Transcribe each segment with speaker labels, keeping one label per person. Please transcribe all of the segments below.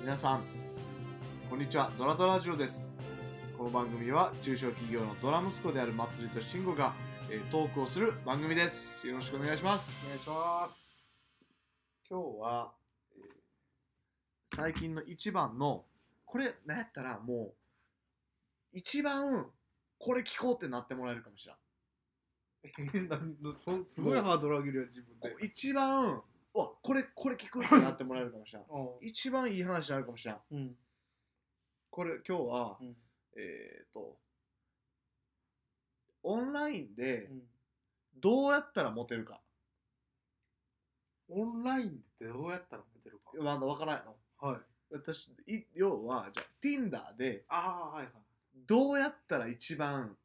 Speaker 1: 皆さんこんにちはドラドラジオですこの番組は中小企業のドラ息子であるまつりとしんごが、えートークをする番組ですよろしくお願いします
Speaker 2: お願いします。
Speaker 1: 今日は、えー最近の一番のこれなんやったらもう一番これ聞こうってなってもらえるかもしれん
Speaker 2: 何 そすごいハードル上げるやん、自分
Speaker 1: こ
Speaker 2: で
Speaker 1: う。一番うわこれこれ聞くってなってもらえるかもしれん一番いい話になるかもしれん
Speaker 2: うん。
Speaker 1: これ今日は、
Speaker 2: うん。
Speaker 1: えっ、とオンラインで
Speaker 2: うん。
Speaker 1: どうやったらモテるか、
Speaker 2: オンラインってどうやったら見てるか。
Speaker 1: まだ分からないの
Speaker 2: はい。
Speaker 1: 私い要はじゃあ Tinder で
Speaker 2: ああ、はいはい。
Speaker 1: どうやったら一番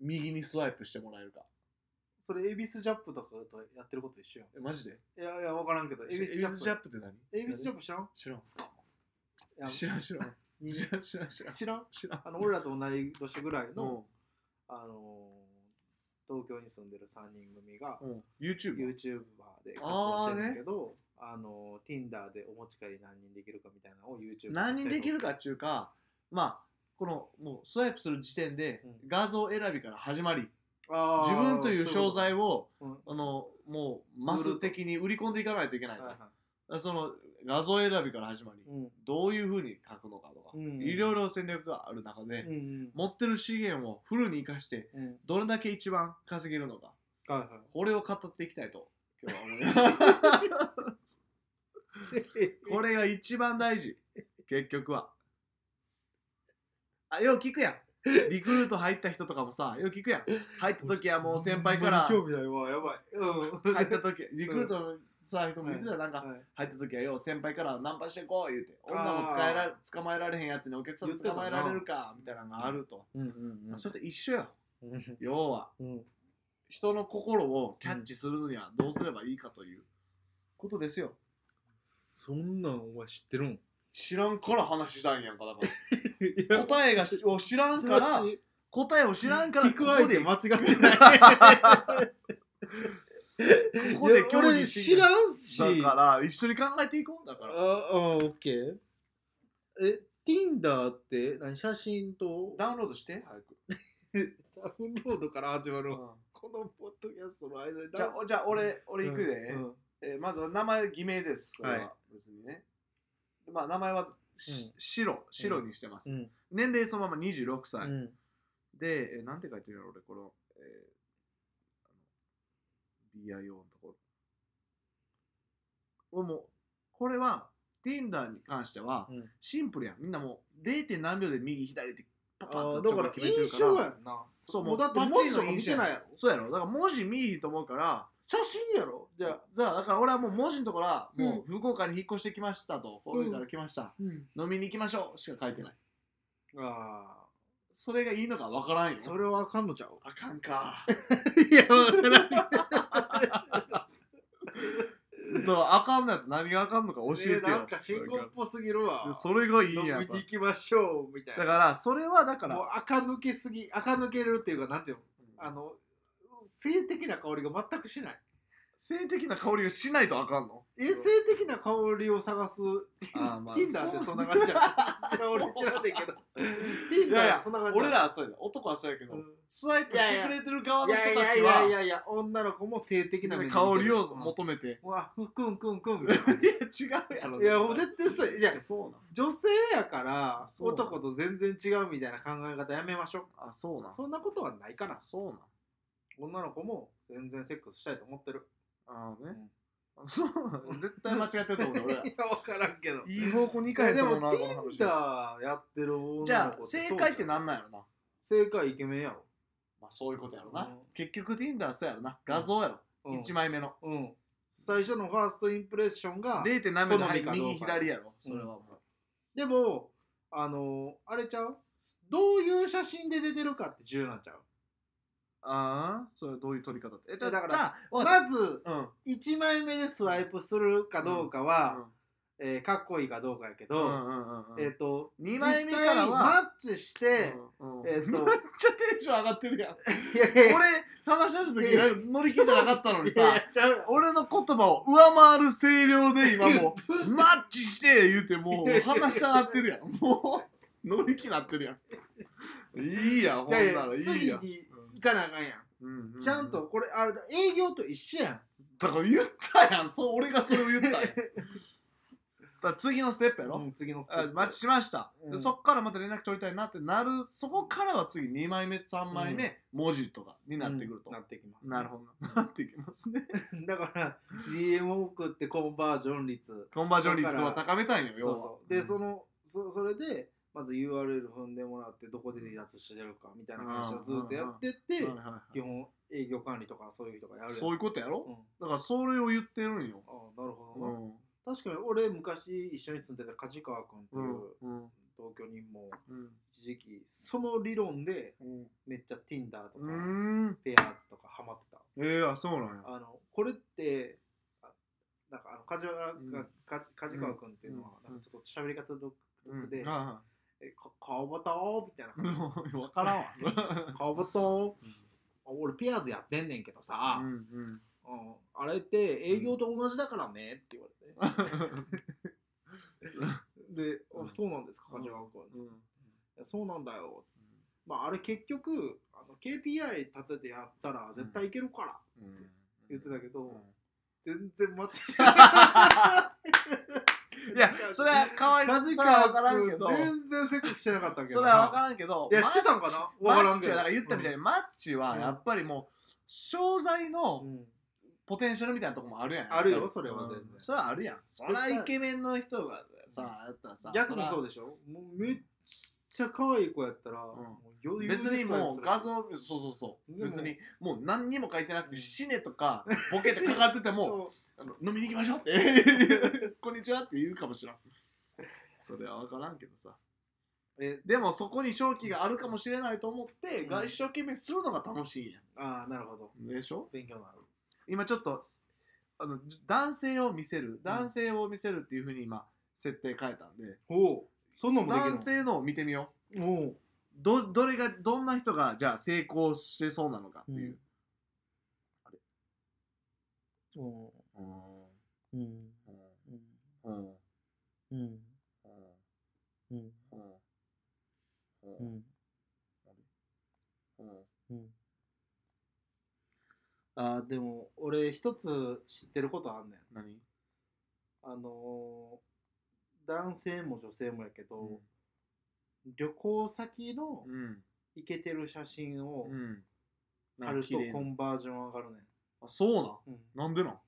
Speaker 1: 右にスワイプしてもらえるか
Speaker 2: それ、エビスジャップとかとやってること一緒
Speaker 1: えマジで
Speaker 2: やん。いやいや、わからんけど、
Speaker 1: エ
Speaker 2: エ
Speaker 1: ビ
Speaker 2: ビ
Speaker 1: ス
Speaker 2: ス
Speaker 1: ジ
Speaker 2: ジャ
Speaker 1: ャ
Speaker 2: ッ
Speaker 1: ップって何
Speaker 2: プ。エビスジャッ
Speaker 1: プ
Speaker 2: プ知らん
Speaker 1: 知らん
Speaker 2: いや
Speaker 1: 知らん知ら ん
Speaker 2: に
Speaker 1: 知らん知らん知らん
Speaker 2: 知らん
Speaker 1: 知らん
Speaker 2: あの、俺らと同い年ぐらいの、
Speaker 1: の、
Speaker 2: あのー、東京に住んでる3人組が
Speaker 1: う、ん、YouTube
Speaker 2: YouTuber で活動してるんだけど、あのー、Tinder でお持ち帰り何人できるかみたいなのを YouTube
Speaker 1: 何人できるかっていうかまあこのもうスワイプする時点で
Speaker 2: うん
Speaker 1: 画像選びから始まり、
Speaker 2: あー
Speaker 1: 自分という商材
Speaker 2: そ
Speaker 1: を
Speaker 2: ういうこと
Speaker 1: あのもうマス的に売り込んでいかないといけない
Speaker 2: うん
Speaker 1: の、
Speaker 2: はいは
Speaker 1: その画像選びから始まり、
Speaker 2: いうん
Speaker 1: どういうふうに書くのかとか、
Speaker 2: うん
Speaker 1: いろいろ戦略がある中で、
Speaker 2: うん
Speaker 1: 持ってる資源をフルに生かして
Speaker 2: うんうん
Speaker 1: どれだけ一番稼げるのか
Speaker 2: はいは
Speaker 1: これを語っていきたいと今 日は思います
Speaker 2: い
Speaker 1: これが一番大 事結局はあよう聞 くやんリクルート入った人とかもさよう聞くやん入った時はもう先輩 から
Speaker 2: 興味ないわやばいうん
Speaker 1: 入った時リクルートのさ人も言ってたらなんか、
Speaker 2: はい
Speaker 1: 入った時はよう先輩からナンパしてこう言うて女も使えら捕まえられへんやつにお客さん捕まえられるかみたいなのがあると、
Speaker 2: うんうん
Speaker 1: それと一緒よ
Speaker 2: う
Speaker 1: 要は
Speaker 2: ん
Speaker 1: 人の心をキャッチするにはどうすればいいかということですよ
Speaker 2: そんなんお前知ってるん
Speaker 1: 知らんから話したんやんかだから
Speaker 2: い
Speaker 1: 答えがしを知らん から答えを知らんから
Speaker 2: 聞
Speaker 1: こ
Speaker 2: く
Speaker 1: こ
Speaker 2: 相
Speaker 1: で
Speaker 2: 手
Speaker 1: こ
Speaker 2: 間違ってない
Speaker 1: こで距離
Speaker 2: いや俺
Speaker 1: に
Speaker 2: 知らんし
Speaker 1: だから一緒に考えていこうだから
Speaker 2: ああオッケーえ Tinder って何写真と
Speaker 1: ダウンロードして早く、
Speaker 2: ダウンロードから始まるわ
Speaker 1: うん
Speaker 2: このポッドキャストの間に
Speaker 1: じゃあおじゃあ俺俺行くで、
Speaker 2: うん
Speaker 1: えーまずは名前偽名です。これは、
Speaker 2: はい
Speaker 1: 別にね。でまあ名前はし、
Speaker 2: うん
Speaker 1: 白、白にしてます。
Speaker 2: うん
Speaker 1: 年齢そのまま26歳。
Speaker 2: うん
Speaker 1: で、えーなんて書いてるの俺、この、えー、あの BIO のところ。これもう、これは Tinder に関しては
Speaker 2: うん
Speaker 1: シンプルやん。みんなもう 0. 点何秒で右左ってパパ
Speaker 2: あ
Speaker 1: ッ
Speaker 2: ー
Speaker 1: と
Speaker 2: だから
Speaker 1: 決めてる
Speaker 2: 印
Speaker 1: か
Speaker 2: 象
Speaker 1: ら。
Speaker 2: やんな
Speaker 1: そう、
Speaker 2: もうだって
Speaker 1: バッ
Speaker 2: 文
Speaker 1: チリ
Speaker 2: 字とか見てないやろ
Speaker 1: そうやろ。だから文字見えへんと思うから、
Speaker 2: 写真やろ
Speaker 1: じゃあ、じゃあだから俺はもう文字のところは、
Speaker 2: うん
Speaker 1: もう福岡に引っ越してきましたと、神戸から来ました、
Speaker 2: うん
Speaker 1: 飲みに行きましょうしか書いてない。
Speaker 2: あ
Speaker 1: それがいいのかわからん
Speaker 2: あ
Speaker 1: よ。
Speaker 2: それはあかんのちゃう
Speaker 1: あかん か。
Speaker 2: いやわからん
Speaker 1: そう、あかんのやと何があかんのか教えてよ。
Speaker 2: なんか信号っぽすぎるわ
Speaker 1: それがいいん
Speaker 2: 飲み
Speaker 1: や
Speaker 2: に
Speaker 1: っぱ
Speaker 2: 行きましょうみたい
Speaker 1: だ
Speaker 2: な
Speaker 1: から、それはだか
Speaker 2: もう
Speaker 1: ら、
Speaker 2: 垢抜けすぎ垢抜けるっていうかなんていうのあの性的な香りが全くしない
Speaker 1: 性的な香りがしないとあかんの
Speaker 2: え性的な香りを探す
Speaker 1: あーまあ
Speaker 2: Tinder ってそんな感じじゃん知らん 俺知らんねんけど Tinder ってそんな感じ
Speaker 1: 俺らはそうやで男はそうやけど、
Speaker 2: うん
Speaker 1: スワイプしてくれてる側
Speaker 2: い
Speaker 1: の人
Speaker 2: や
Speaker 1: た
Speaker 2: い
Speaker 1: ちは、
Speaker 2: やいやいやいや女の子も性的な目で見てる
Speaker 1: 香りを求めて。
Speaker 2: うわふくんくんくんみたい
Speaker 1: いや、違うやろ。
Speaker 2: ないやもう絶対そういや
Speaker 1: そうなん。
Speaker 2: 女性やから
Speaker 1: そう
Speaker 2: 男と全然違うみたいな考え方やめましょ
Speaker 1: あ、そうな。
Speaker 2: うんそんなことはないから
Speaker 1: そうなん。
Speaker 2: 女の子も全然セックスしたいと思ってる
Speaker 1: ああね。そうなの絶対間違ってると思うよ俺ら。
Speaker 2: いや分からんけど
Speaker 1: いい方向に行
Speaker 2: いやで
Speaker 1: と思
Speaker 2: も
Speaker 1: うなこの話
Speaker 2: Tinder やってる女の子
Speaker 1: じゃあ、正解って
Speaker 2: な
Speaker 1: なんなんやろな。
Speaker 2: 正解イケメンやろ
Speaker 1: まあ、そういうことやろ
Speaker 2: う。
Speaker 1: なん結局、Tinder はそうやろな。画像やろ。
Speaker 2: うん
Speaker 1: 1枚目の。
Speaker 2: うん最初のファーストインプレッションが
Speaker 1: 0. 何秒の
Speaker 2: 好みかどうか
Speaker 1: 右左やろ。それはもう。
Speaker 2: でもあのあれちゃうどういう写真で出てるかって重要なんちゃう
Speaker 1: ああ、それどういう撮り方って。え、じゃあ、
Speaker 2: だから
Speaker 1: じゃあわかっ
Speaker 2: まず
Speaker 1: たうん。
Speaker 2: 1枚目でスワイプするかどうかは、
Speaker 1: うん
Speaker 2: えーかっこいいかどうかやけ
Speaker 1: うんう
Speaker 2: ど、
Speaker 1: んうんうん
Speaker 2: えっ、と
Speaker 1: 二枚目からは
Speaker 2: 実際マッチして、
Speaker 1: うんうん
Speaker 2: えー と
Speaker 1: めっちゃテンション上がってるやん
Speaker 2: いやいやいや
Speaker 1: 俺話し合った
Speaker 2: いやいや
Speaker 1: 時乗り気じゃなかったのに
Speaker 2: いやい
Speaker 1: さ
Speaker 2: やちゃう
Speaker 1: 俺の言葉を上回る声量で今も
Speaker 2: ブー
Speaker 1: う
Speaker 2: ス
Speaker 1: マッチして言うてもう話したなってるや んもう乗り気なってるやんいいやんほん
Speaker 2: じ
Speaker 1: な
Speaker 2: ゃあ
Speaker 1: らいい
Speaker 2: 次
Speaker 1: やん
Speaker 2: に行かなあかんやん、
Speaker 1: うんう
Speaker 2: ちゃんとこれあれだ営業と一緒やん
Speaker 1: だから言ったやんそう俺がそれを言ったやん だから次のステップやろ、
Speaker 2: うん次のステッ
Speaker 1: あ
Speaker 2: プ
Speaker 1: マッチしました、
Speaker 2: うん
Speaker 1: でそっからまた連絡取りたいなってなるそこからは次2枚目3枚目、文字とかになってくると、
Speaker 2: うんなってきます
Speaker 1: なるほどなっていきますね
Speaker 2: ど だから DM を送ってコンバージョン率
Speaker 1: コンバージョン率を高めたいよ
Speaker 2: そう
Speaker 1: 要は
Speaker 2: そうで、
Speaker 1: ん
Speaker 2: そのそそれでまず URL 踏んでもらってどこで離脱してるかみたいな話をずっとやってって、
Speaker 1: はいはいはい
Speaker 2: 基本営業管理とかそういう人がやるやん
Speaker 1: そういうことやろ、
Speaker 2: うん、あ
Speaker 1: だからそれを言ってるんよ、
Speaker 2: あなるほ
Speaker 1: う
Speaker 2: どな、
Speaker 1: ん
Speaker 2: 確かに俺昔一緒に住んでた梶川君って
Speaker 1: う
Speaker 2: い
Speaker 1: ん
Speaker 2: う
Speaker 1: うん
Speaker 2: 同居人も
Speaker 1: うん
Speaker 2: 一時期その理論でめっちゃ Tinder と
Speaker 1: う
Speaker 2: か、
Speaker 1: ん
Speaker 2: ペアーズとかハマってた
Speaker 1: えー、あそうなんや
Speaker 2: あのこれってあなんかあの梶原
Speaker 1: うん
Speaker 2: が、か梶川君っていうのは
Speaker 1: うん
Speaker 2: なんかちょっと喋り方独
Speaker 1: うん
Speaker 2: 特
Speaker 1: は
Speaker 2: で
Speaker 1: いは
Speaker 2: 「えか川端」みたい
Speaker 1: い
Speaker 2: な
Speaker 1: わからんわ それ
Speaker 2: 「川端あ俺ペアーズやってんねんけどさ、
Speaker 1: うんうん
Speaker 2: うんあれって営業と同じだからね」って言われて。で、あ
Speaker 1: うん
Speaker 2: そうなんですか、梶川君、いやそうなんだよ。まあ、あれ結局、あの KPI 立ててやったら絶対いけるから、
Speaker 1: うん
Speaker 2: 言ってたけど、
Speaker 1: うん
Speaker 2: 全然間違
Speaker 1: いや、それは可愛い。
Speaker 2: 梶
Speaker 1: それは
Speaker 2: 川
Speaker 1: 分からんけ
Speaker 2: 君
Speaker 1: ど。
Speaker 2: 全然セックスしてなかったけど。
Speaker 1: それは分からんけど。
Speaker 2: いや、してたんかなわから
Speaker 1: マ
Speaker 2: ん
Speaker 1: ッ
Speaker 2: け
Speaker 1: チは、
Speaker 2: ど。
Speaker 1: だから言ったみたいに、マッチはやっぱりもう、商材
Speaker 2: う
Speaker 1: の
Speaker 2: ん。
Speaker 1: ポテンシャルみたいなとこもあるやん。
Speaker 2: あるよそれは
Speaker 1: うん
Speaker 2: 全然
Speaker 1: それはあるやん。それはイケメンの人がさ、やったらさ、
Speaker 2: 逆もそう
Speaker 1: で
Speaker 2: でしょもうめっちゃ可愛い子やったら、もう余裕で
Speaker 1: 別にも
Speaker 2: そうれ
Speaker 1: 画像、そうそうそう。
Speaker 2: でも
Speaker 1: 別にもう何にも書いてなく
Speaker 2: う
Speaker 1: て、
Speaker 2: ん
Speaker 1: 死ねとかボケってかかってて も、
Speaker 2: そ
Speaker 1: あの飲みに行きましょうって、 こんにちはって言うかもしれん。それは分からんけどさ。
Speaker 2: うえ
Speaker 1: でもそこに勝機があるかもしれないと思って、
Speaker 2: うん
Speaker 1: が一生懸命するのが楽しいや
Speaker 2: ああなるほど
Speaker 1: ん。でしょ
Speaker 2: 勉強になる
Speaker 1: 今ちょっとあのじ男性を見せる男性を見せるっていうふうに今設定変えたんで、
Speaker 2: おうそんなんもできるの
Speaker 1: 男性のを見てみよう
Speaker 2: おう
Speaker 1: どどれがどんな人がじゃあ成功してそうなのかっていう、う
Speaker 2: お
Speaker 1: ん
Speaker 2: ううんうん
Speaker 1: うん
Speaker 2: う
Speaker 1: うん
Speaker 2: んうんう
Speaker 1: うん
Speaker 2: ん
Speaker 1: うん
Speaker 2: うんあーでも俺一つ知ってることあんねん
Speaker 1: 何
Speaker 2: あのー男性も女性もやけど、
Speaker 1: うん
Speaker 2: 旅行先の
Speaker 1: うん
Speaker 2: イケてる写真を
Speaker 1: うん
Speaker 2: 貼ると
Speaker 1: 綺麗
Speaker 2: コ
Speaker 1: な
Speaker 2: ンバージョン上がるね
Speaker 1: あそ
Speaker 2: ん、
Speaker 1: うなんなんでなん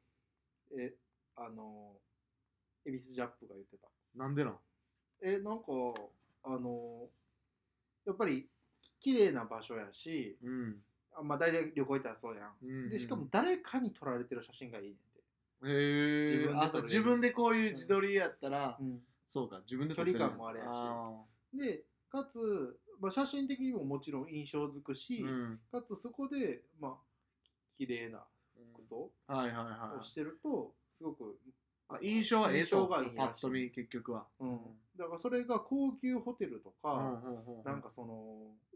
Speaker 2: うん、えあのー、恵比寿ジャップが言ってた
Speaker 1: なんでなん
Speaker 2: えなんかあのーやっぱり綺麗な場所やし
Speaker 1: うん
Speaker 2: あまあ大体旅行行ったらそうやん
Speaker 1: うん
Speaker 2: でしかも誰かに撮られてる写真がいいねんて、
Speaker 1: へ
Speaker 2: 自分で
Speaker 1: え
Speaker 2: 撮れる
Speaker 1: あそう自分でこういう自撮りやったら、
Speaker 2: うん
Speaker 1: そうか自分で
Speaker 2: 距離感もあれやし
Speaker 1: あ
Speaker 2: でかつ、まあ、写真的にももちろん印象づくし、
Speaker 1: ーうん
Speaker 2: かつそこでまあ綺麗な服装を
Speaker 1: はいはいはい
Speaker 2: してるとすごく、
Speaker 1: あ印象はええ
Speaker 2: 印象
Speaker 1: と
Speaker 2: が
Speaker 1: パ
Speaker 2: いいらしい
Speaker 1: ッと見結局は
Speaker 2: うんだからそれが高級ホテルと
Speaker 1: う
Speaker 2: か、
Speaker 1: んうんうん
Speaker 2: なんかその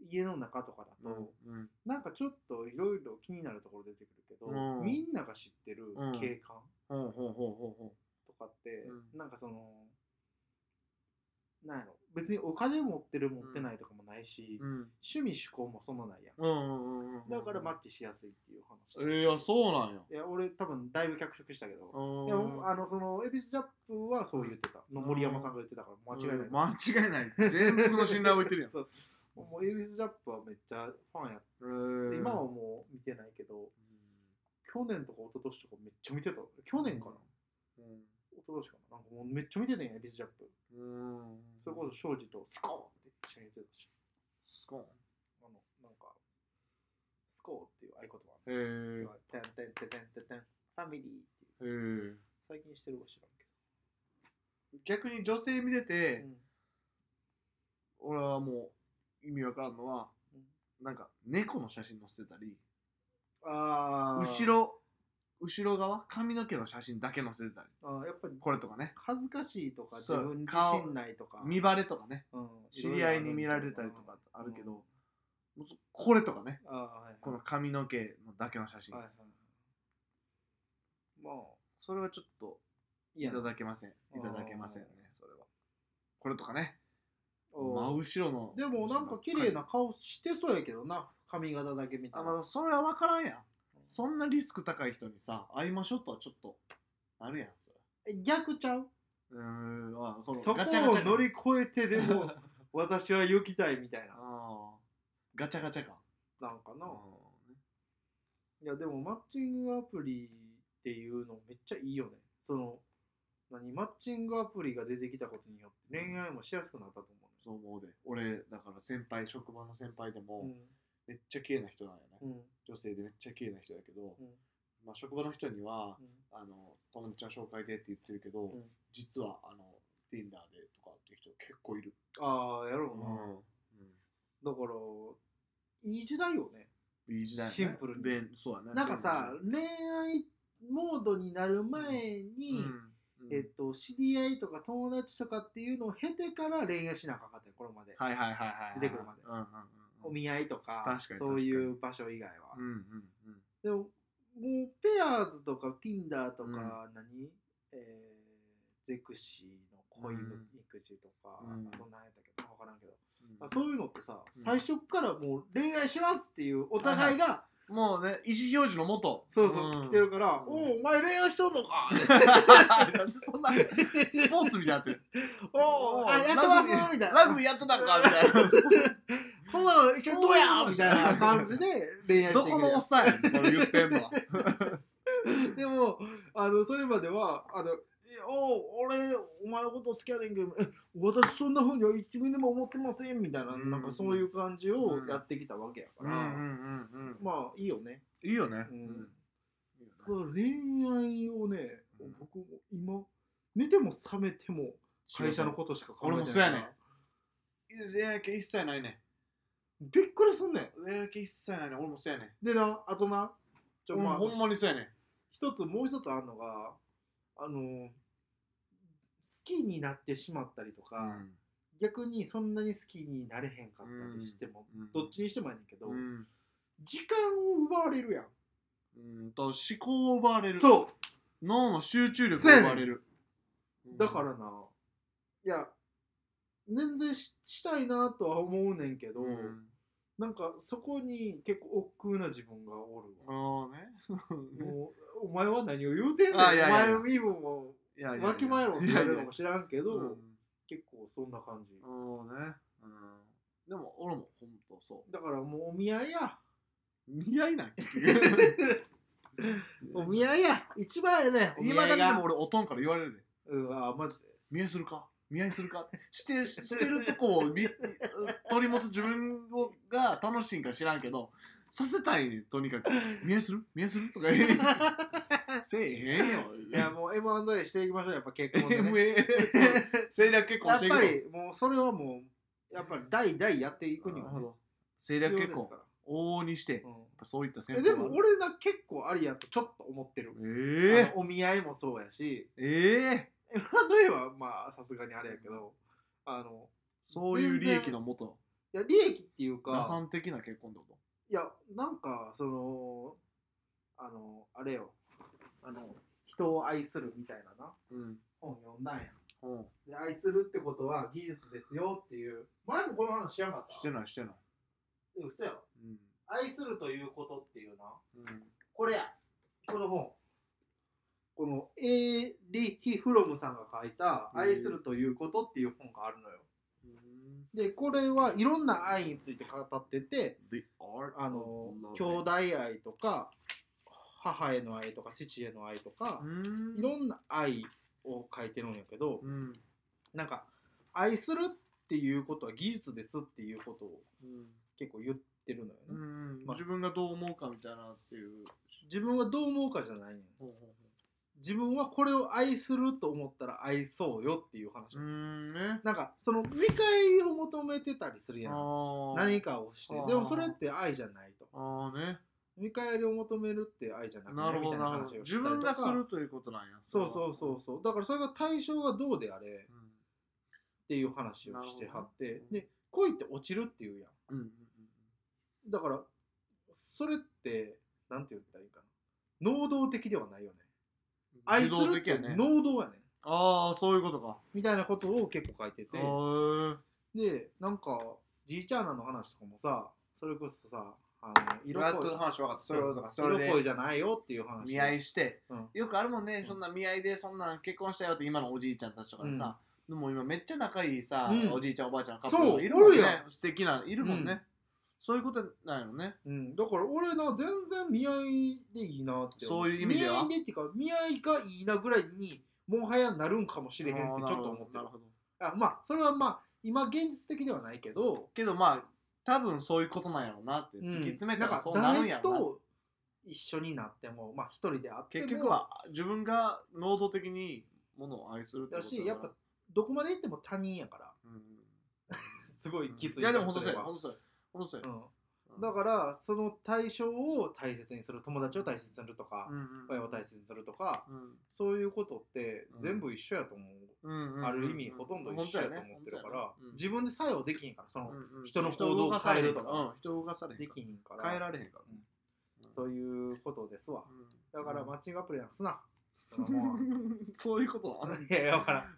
Speaker 2: 家の中とかだ
Speaker 1: う
Speaker 2: と、
Speaker 1: んうん
Speaker 2: なんかちょっといろいろ気になるところ出てくるけど、
Speaker 1: うん
Speaker 2: みんなが知ってる
Speaker 1: うん
Speaker 2: 景観
Speaker 1: ほうほうほうほうほ
Speaker 2: とかって、
Speaker 1: うん
Speaker 2: なんかそのなんやろ別にお金持ってる持ってないとかもないし、
Speaker 1: ううん
Speaker 2: 趣味趣向もそんなないやん、
Speaker 1: うんうんうんうん
Speaker 2: だからマッチしやすいっていう話だし
Speaker 1: ええあそうなんや
Speaker 2: いや俺多分だいぶ脚色したけど、
Speaker 1: うん
Speaker 2: でもあのその恵比寿ジャップはそう言ってた、の森山さんが言ってたから間違いない、
Speaker 1: 間違いない全部の信頼を置いてるやん
Speaker 2: そうもう恵比寿ジャップはめっちゃファンやって、
Speaker 1: へえ
Speaker 2: 今はもう見てないけど去年とか一昨年とかめっちゃ見てた去年かな、
Speaker 1: うん
Speaker 2: 一昨年かななんかもうめっちゃ見てたんや恵比寿ジャップ
Speaker 1: うん
Speaker 2: それこそ庄司とスコーンって一緒に言ってたし
Speaker 1: スコ
Speaker 2: あのなんかスコーンっていう合言葉
Speaker 1: ーンへ
Speaker 2: テンテンテンテンテンテンファミリーっていう
Speaker 1: えへえ
Speaker 2: 最近してるか知らんけ
Speaker 1: 逆に女性見てて
Speaker 2: ど、うん
Speaker 1: 俺はもう意味わからんのは、
Speaker 2: うん
Speaker 1: なんか猫の写真載せてたり
Speaker 2: ああ
Speaker 1: 後ろ後ろ側髪の毛の写真だけ載せてたり
Speaker 2: あーやっぱり
Speaker 1: これとかね
Speaker 2: 恥ずかしいとか自
Speaker 1: そう
Speaker 2: 分自身ないとか、
Speaker 1: 見バレとかね
Speaker 2: うん
Speaker 1: 知り合いに見られたりとかあるけど、もうそこれとかね
Speaker 2: あーはいはい
Speaker 1: この髪の毛のだけの写真、
Speaker 2: はいはいまあ
Speaker 1: それはちょっと
Speaker 2: い
Speaker 1: い
Speaker 2: や
Speaker 1: た
Speaker 2: な
Speaker 1: だけませんいただけませんね
Speaker 2: あー
Speaker 1: それはこれとかね
Speaker 2: お
Speaker 1: 真
Speaker 2: ー
Speaker 1: 後ろの
Speaker 2: でもなんか綺麗な顔してそうやけどな髪型だけ見た
Speaker 1: あ、
Speaker 2: ら、
Speaker 1: まあ、それは分からんやんそんなリスク高い人にさ会いましょうとはちょっとあるやんそれ
Speaker 2: え逆ちゃう
Speaker 1: うーんあこの
Speaker 2: そこ
Speaker 1: ガチャガチ
Speaker 2: を
Speaker 1: ャ
Speaker 2: 乗り越えてで も私は行きたいみたいな
Speaker 1: あーガチャガチャか
Speaker 2: なんかな、
Speaker 1: うん
Speaker 2: いやでもマッチングアプリっていうのめっちゃいいよねその何マッチングアプリが出てきたことによって恋愛もしやすくなったと
Speaker 1: そう思うで俺だから先輩職場の先輩で
Speaker 2: 思う、
Speaker 1: も
Speaker 2: ね
Speaker 1: めっちゃ綺麗な人なんやね、
Speaker 2: うんうん
Speaker 1: 女性でめっちゃ綺麗な人だけど、
Speaker 2: うん
Speaker 1: まあ、職場の人には
Speaker 2: うん
Speaker 1: 「あの友達ちゃん紹介で」って言ってるけど、
Speaker 2: うん
Speaker 1: 実はあの Tinder でとかっていう人結構いる、
Speaker 2: ああやろうな、だからいい時代よね
Speaker 1: いい時代やね
Speaker 2: シンプルに
Speaker 1: 便そうやね
Speaker 2: なんかさ恋愛モードになる前
Speaker 1: 便利
Speaker 2: に、
Speaker 1: だねうんうん
Speaker 2: えっと、知り合いとか友達とかっていうのを経てから恋愛しなあかんかったよこれまで、
Speaker 1: はいはいはいはいはい
Speaker 2: 出てくるまで
Speaker 1: うんうん
Speaker 2: お
Speaker 1: うん
Speaker 2: 見合いとか
Speaker 1: 確かに
Speaker 2: そういう場所以外は、
Speaker 1: うんうんうん
Speaker 2: でも、もう、ペアーズとか、Tinder と
Speaker 1: うん
Speaker 2: か何、えー、ゼクシーの恋
Speaker 1: うん
Speaker 2: 育児とか、
Speaker 1: うん
Speaker 2: あと何やったっけな、わからんけど、
Speaker 1: うん
Speaker 2: あそういうのってさ、
Speaker 1: うん
Speaker 2: 最初からもう恋愛しますっていうお互いが、
Speaker 1: もうね意思表示のもと
Speaker 2: そうそう、来てるから、
Speaker 1: うん
Speaker 2: おうお前恋愛しとんのか
Speaker 1: なんでそんなスポーツみたいになって る
Speaker 2: おうあ、やってますみたいな。
Speaker 1: ラグビーやってたんかみたいな
Speaker 2: こんなのいけどうやみたいな感じで恋愛して
Speaker 1: ど
Speaker 2: いく
Speaker 1: このおっさんやねんそれ言ってんのは
Speaker 2: でもあのそれまではあのいやおう俺お前のこと好きやねんけどえ私そんなふうには一ミリも思ってませんみたいな,、
Speaker 1: うん
Speaker 2: なんかそういう感じをやってきたわけやから、
Speaker 1: んうんうん
Speaker 2: まあいいよね、
Speaker 1: いいよね
Speaker 2: うん
Speaker 1: いいよね
Speaker 2: だから恋愛をね、
Speaker 1: うん
Speaker 2: 僕も今寝ても覚めても会社のことしか考えてな
Speaker 1: 俺も
Speaker 2: いから
Speaker 1: そうやね恋愛系一切ないね
Speaker 2: びっくりすんねん
Speaker 1: 恋愛系一切ないね俺もそうやね
Speaker 2: でなあとなちょ、
Speaker 1: うん
Speaker 2: まあ
Speaker 1: ほんまにそうやね
Speaker 2: 一つもう一つあるのがあの好きになってしまったりとか、逆にそんなに好きになれへんかったりしても、
Speaker 1: うん
Speaker 2: どっちにしてもやねんけど、
Speaker 1: うん
Speaker 2: 時間を奪われるやん、
Speaker 1: うんと思考を奪われる
Speaker 2: そ
Speaker 1: 脳の集中力が奪われる
Speaker 2: うだからな、いや全然ししたいなとは思うねんけど、
Speaker 1: うん
Speaker 2: なんかそこに結構億劫な自分がおる
Speaker 1: あ
Speaker 2: わ、
Speaker 1: あね
Speaker 2: もうお前は何を言うてんねんお
Speaker 1: あいやいやい
Speaker 2: 前
Speaker 1: や
Speaker 2: の身分を
Speaker 1: いやいやいや
Speaker 2: わきまえろって言われるかも
Speaker 1: い
Speaker 2: しらんけ
Speaker 1: や
Speaker 2: ど
Speaker 1: いやうん
Speaker 2: 結構そんな感じ、
Speaker 1: ああねうんでも俺もほんとそ
Speaker 2: だからもうお見合いや
Speaker 1: う見合いない
Speaker 2: お見合いや一番やねお見
Speaker 1: 今
Speaker 2: 合
Speaker 1: だけ
Speaker 2: い
Speaker 1: で
Speaker 2: が
Speaker 1: も俺おとんから言われるで
Speaker 2: うんあマジで
Speaker 1: 見合いするか見合いするかしてししてるとこを見 取り持つ自分をが楽しいんか知らんけどさせたいねんとにかく見合いする見合いするとか 言えせえへんよ
Speaker 2: いやもう M&A していきましょうやっぱ 結婚で、ね、
Speaker 1: MA 政略結婚 し
Speaker 2: やって
Speaker 1: い
Speaker 2: ぱ
Speaker 1: く
Speaker 2: りもうそれはもうやっぱり代々やっていくには、
Speaker 1: なるほ
Speaker 2: ね
Speaker 1: ど、政略結婚
Speaker 2: 必
Speaker 1: 往々にしてやっ
Speaker 2: 要ですか
Speaker 1: ぱそういった戦
Speaker 2: ら、うん、えでも俺な結構ありやとちょっと思ってる、あ
Speaker 1: え
Speaker 2: のお見合いもそうやし
Speaker 1: えええ
Speaker 2: M&A はまあさすがにあれやけどあの
Speaker 1: そういう利益
Speaker 2: 全然
Speaker 1: のもと
Speaker 2: いや利益っていう
Speaker 1: 打
Speaker 2: か
Speaker 1: 算的な結婚ってこ
Speaker 2: いやなんかそのあのあれよあの人を愛するみたいなな
Speaker 1: とうん
Speaker 2: 本読んだんや
Speaker 1: うん
Speaker 2: で愛するってことは技術ですよっていう前もこの話しやんかった
Speaker 1: してないしてない
Speaker 2: うん嘘やろ
Speaker 1: うん
Speaker 2: 愛するということっていうな
Speaker 1: うん
Speaker 2: これやこの本このエーリヒ・フロムさんが書いた「
Speaker 1: うん
Speaker 2: 愛するということ」っていう本があるのよ
Speaker 1: うん
Speaker 2: でこれはいろんな愛について語ってて
Speaker 1: The art
Speaker 2: あの兄弟愛とか母への愛とか父への愛とか
Speaker 1: うん
Speaker 2: いろんな愛を書いてるんやけど
Speaker 1: うん
Speaker 2: なんか愛するっていうことは技術ですっていうことを
Speaker 1: うん
Speaker 2: 結構言ってるのよね、
Speaker 1: うん
Speaker 2: まあ
Speaker 1: 自分がどう思うかみたいなっていう
Speaker 2: 自分がどう思うかじゃないねん
Speaker 1: ほうほ
Speaker 2: 自分はこれを愛すると思ったら愛そうよっていう話、
Speaker 1: ううんね
Speaker 2: なんかその見返りを求めてたりするやん
Speaker 1: ああ
Speaker 2: 何かをして
Speaker 1: あー
Speaker 2: でもそれって愛じゃないと
Speaker 1: ああね
Speaker 2: 見返りを求めるって愛じゃなく
Speaker 1: な
Speaker 2: な
Speaker 1: る
Speaker 2: るみ
Speaker 1: ほ
Speaker 2: た
Speaker 1: ど
Speaker 2: いな
Speaker 1: なるほ
Speaker 2: 話
Speaker 1: ど
Speaker 2: を
Speaker 1: 自
Speaker 2: したり
Speaker 1: 分
Speaker 2: と
Speaker 1: が
Speaker 2: か
Speaker 1: するということなんや
Speaker 2: そうそうそうそうだからそれが対象がどうであれっ
Speaker 1: うん
Speaker 2: ていう話をしてはっ
Speaker 1: なる
Speaker 2: て
Speaker 1: ほどね
Speaker 2: で恋って落ちるっていうやん
Speaker 1: うんうん
Speaker 2: だからそれってなんて言ったらいいかな能動的ではないよね
Speaker 1: うん
Speaker 2: 愛
Speaker 1: 自
Speaker 2: す
Speaker 1: 動
Speaker 2: るっ
Speaker 1: 的
Speaker 2: て
Speaker 1: やね
Speaker 2: 能動やね
Speaker 1: ああそういうことか
Speaker 2: みたいなことを結構書いてて
Speaker 1: へー
Speaker 2: でなんかじいちゃんらの話とかもさそれこそさあの
Speaker 1: 色
Speaker 2: 色
Speaker 1: 恋
Speaker 2: 恋
Speaker 1: の話分かったそれをだからそれ
Speaker 2: 色恋
Speaker 1: で
Speaker 2: じゃないよっていう話
Speaker 1: 見合いして
Speaker 2: うん
Speaker 1: よくあるもんね
Speaker 2: ん
Speaker 1: そんな見合いでそんなん結婚したよって今のおじいちゃんたちとかでさでも今めっちゃ仲いいさ
Speaker 2: うん
Speaker 1: おじいちゃんおばあちゃんカップル
Speaker 2: そう
Speaker 1: いるもん
Speaker 2: おる
Speaker 1: ね
Speaker 2: や
Speaker 1: 素敵ないるもん
Speaker 2: う
Speaker 1: ねそういうことなんよね
Speaker 2: うん、だから俺な全然見合いでいいなって思
Speaker 1: そういう意味では
Speaker 2: 見合いでっていうか見合いがいいなぐらいにもはやなるんかもしれへんってちょっと思って
Speaker 1: な
Speaker 2: る
Speaker 1: るほど
Speaker 2: あまあそれはまあ今現実的ではないけど
Speaker 1: けどまあ多分そういうことなんやろうなって突き詰めたら
Speaker 2: うん
Speaker 1: そうなるんや
Speaker 2: なんか
Speaker 1: ろうな
Speaker 2: 誰と一緒になってもまあ一人であっても
Speaker 1: 結局は自分が能動的にものを愛するってこ
Speaker 2: だ
Speaker 1: と
Speaker 2: し
Speaker 1: から
Speaker 2: やっぱ、どこまで行っても他人やから
Speaker 1: うん
Speaker 2: すごいきつい
Speaker 1: いやでも本
Speaker 2: そ
Speaker 1: 当そう
Speaker 2: れ
Speaker 1: や
Speaker 2: は
Speaker 1: 本当そうや本当そうや、
Speaker 2: うん、だからその対象を大切にする友達を大切にするとか、
Speaker 1: うん
Speaker 2: 親を大切にするとか
Speaker 1: うん
Speaker 2: そういうことって
Speaker 1: うん
Speaker 2: 全部一緒やと思う、
Speaker 1: うんうん
Speaker 2: ある意味ほとんど一緒やと思ってるから、自分で作用できひんからその、人の行動を変えるとか
Speaker 1: うん、人を動かされへ
Speaker 2: で
Speaker 1: んか
Speaker 2: きひんから
Speaker 1: ら変えられへんから、
Speaker 2: ということですわ
Speaker 1: うん
Speaker 2: だからマッチングアプリなくすな、そ
Speaker 1: うん
Speaker 2: のもん
Speaker 1: そういうことない
Speaker 2: やいやわからん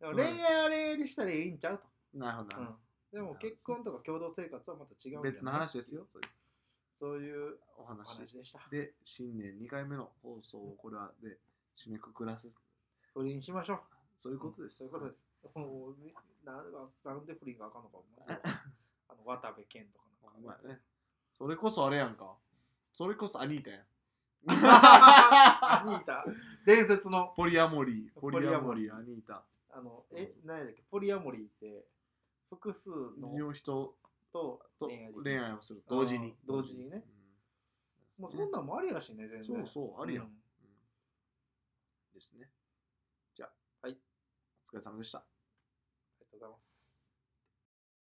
Speaker 2: でも恋愛あれでしたらいいんちゃうと、
Speaker 1: なるほど
Speaker 2: う
Speaker 1: な、
Speaker 2: んでも結婚とか共同生活はまた違うんじゃない
Speaker 1: 別の話ですよという
Speaker 2: そういう
Speaker 1: お
Speaker 2: お
Speaker 1: 話
Speaker 2: 話でした
Speaker 1: で新年2回目の放送をこれはで締めくくらせ
Speaker 2: 不倫しましょう
Speaker 1: そういうことです、
Speaker 2: そういうことです。もうなんかなんで不倫があかんのか思いますよ あの渡部健とか
Speaker 1: ほ
Speaker 2: なんん
Speaker 1: ま
Speaker 2: か。
Speaker 1: やね。それこそあれやんか。それこそアニータ やん。
Speaker 2: アニータ、伝説の、
Speaker 1: ポリアモリー、ポ
Speaker 2: ポ
Speaker 1: リ
Speaker 2: リ
Speaker 1: ア
Speaker 2: ア
Speaker 1: モ
Speaker 2: モ
Speaker 1: リ
Speaker 2: リー
Speaker 1: ー、アニータ。
Speaker 2: あの、え、何やだっけ、ポリアモリーって、複数の
Speaker 1: の人
Speaker 2: と
Speaker 1: と
Speaker 2: 恋愛でき
Speaker 1: 恋
Speaker 2: る
Speaker 1: 愛をする。同時に。
Speaker 2: あー同時にね。もうそんなんもありやしね、全
Speaker 1: うん
Speaker 2: 然。
Speaker 1: そうそう、あるやん。
Speaker 2: う
Speaker 1: うん
Speaker 2: ん
Speaker 1: ですね。じゃあ、
Speaker 2: はい。
Speaker 1: お疲れ様でした。
Speaker 2: ありがとうございます。